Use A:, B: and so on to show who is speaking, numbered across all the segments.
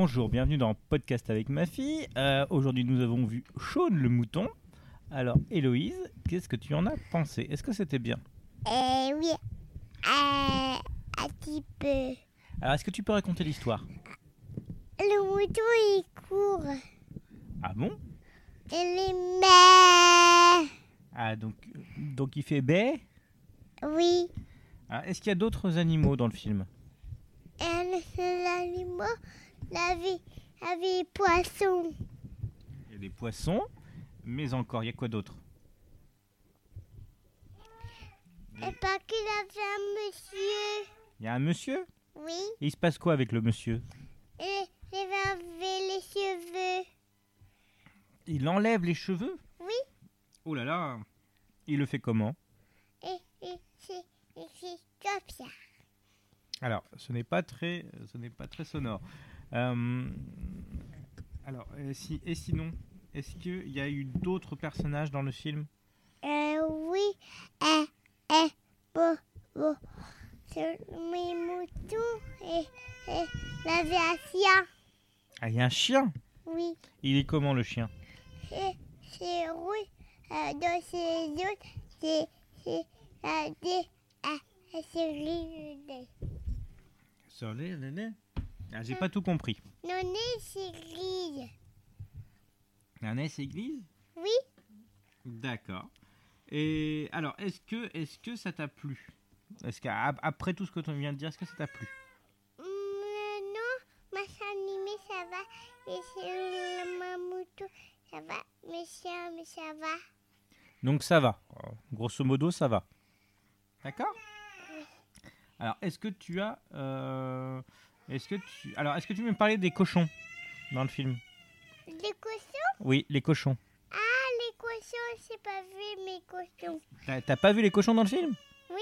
A: Bonjour, bienvenue dans Podcast avec ma fille. Euh, Aujourd'hui, nous avons vu Sean le mouton. Alors, Héloïse, qu'est-ce que tu en as pensé Est-ce que c'était bien
B: Eh oui, euh, un petit peu.
A: Alors, est-ce que tu peux raconter l'histoire
B: Le mouton, il court.
A: Ah bon
B: Et les mais
A: Ah, donc, donc il fait baie
B: Oui,
A: Ah, Est-ce qu'il y a d'autres animaux dans le film
B: et l'animal, la vie, la vie poisson.
A: Il y a des poissons, mais encore, il y a quoi d'autre
B: Et pas qu'il avait un monsieur.
A: Il y a un monsieur
B: Oui,
A: Et il se passe quoi avec le monsieur
B: et il avait les cheveux.
A: Il enlève les cheveux
B: Oui.
A: Oh là là Il le fait comment
B: Et, et c'est et c'est comme ça.
A: Alors, ce n'est pas très, ce n'est pas très sonore. Euh, alors, et, si- et sinon, est-ce qu'il y a eu d'autres personnages dans le film
B: Euh, oui, eh, eh, bon, bon. C'est mes moutons eh, et, et la version.
A: Ah, il y a un chien.
B: Oui,
A: Il est comment le chien
B: c'est c'est rouge. Euh, dans ses yeux, c'est c'est euh, des- ah, ah, c'est gris.
A: Sur les Ah, j'ai pas tout compris.
B: Non, non, c'est gris.
A: Un église
B: Oui,
A: D'accord. Et alors, est-ce que, est-ce que ça t'a plu Est-ce qu'après tout ce que tu viens de dire, est-ce que ça t'a plu
B: Hum, euh, non, ma animé, ça va. Et c'est le mamoutou, ça va. Mes chiens, mais ça va.
A: Donc ça va. Grosso modo, ça va. D'accord Alors, est-ce que tu as... euh, est-ce que tu... Alors, est-ce que tu veux me parler des cochons dans le film
B: Les cochons,
A: Oui, les cochons.
B: les cochons, j'ai pas vu mes cochons.
A: T'as t'as pas vu les cochons dans le film
B: Oui.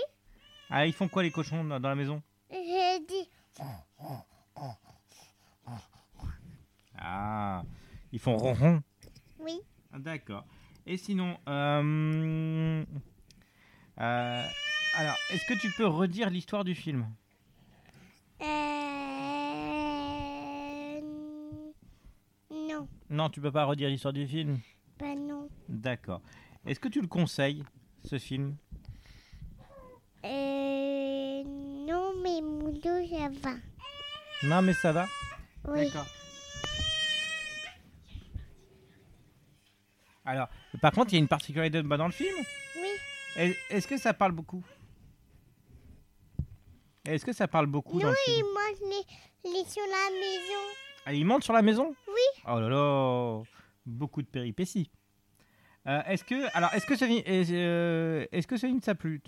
A: Ah, ils font quoi les cochons dans, dans la maison
B: J'ai dit,
A: Ah, ils font ronron. Ah,
B: oui,
A: D'accord. Et sinon, euh, euh, alors, est-ce que tu peux redire l'histoire du film
B: euh, non,
A: Non, tu peux pas redire l'histoire du film.
B: bah non.
A: D'accord. Est-ce que tu le conseilles, ce film
B: Euh, non, mais mon dos, ça va.
A: Non, mais ça va.
B: Oui,
A: D'accord. Alors, par contre, il y a une particularité bah, dans le film.
B: oui,
A: Est- Est-ce que ça parle beaucoup Est-ce que ça parle beaucoup dans le
B: il
A: film
B: mange les, les sur la maison.
A: Ah, il monte sur la maison
B: Oui.
A: Oh là là Beaucoup de péripéties. Euh, est-ce que alors est-ce que ce film est-ce euh, est-ce que ce film t'a plu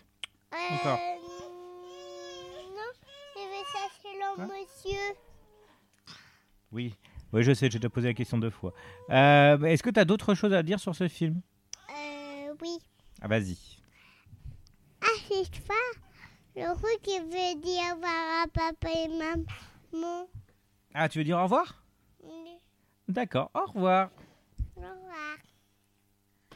B: Euh,
A: Encore.
B: non, je vais chercher le
A: Hein
B: monsieur.
A: Oui. Oui, je sais, j'ai déjà posé la question deux fois. Euh, bah, est-ce que tu as d'autres choses à dire sur ce film
B: Euh, oui.
A: Ah, vas-y.
B: Ah, c'est ça. Le truc qui veut dire au revoir à papa et maman.
A: Ah, tu veux dire au revoir
B: Au
A: D'accord, au revoir.
B: revoir.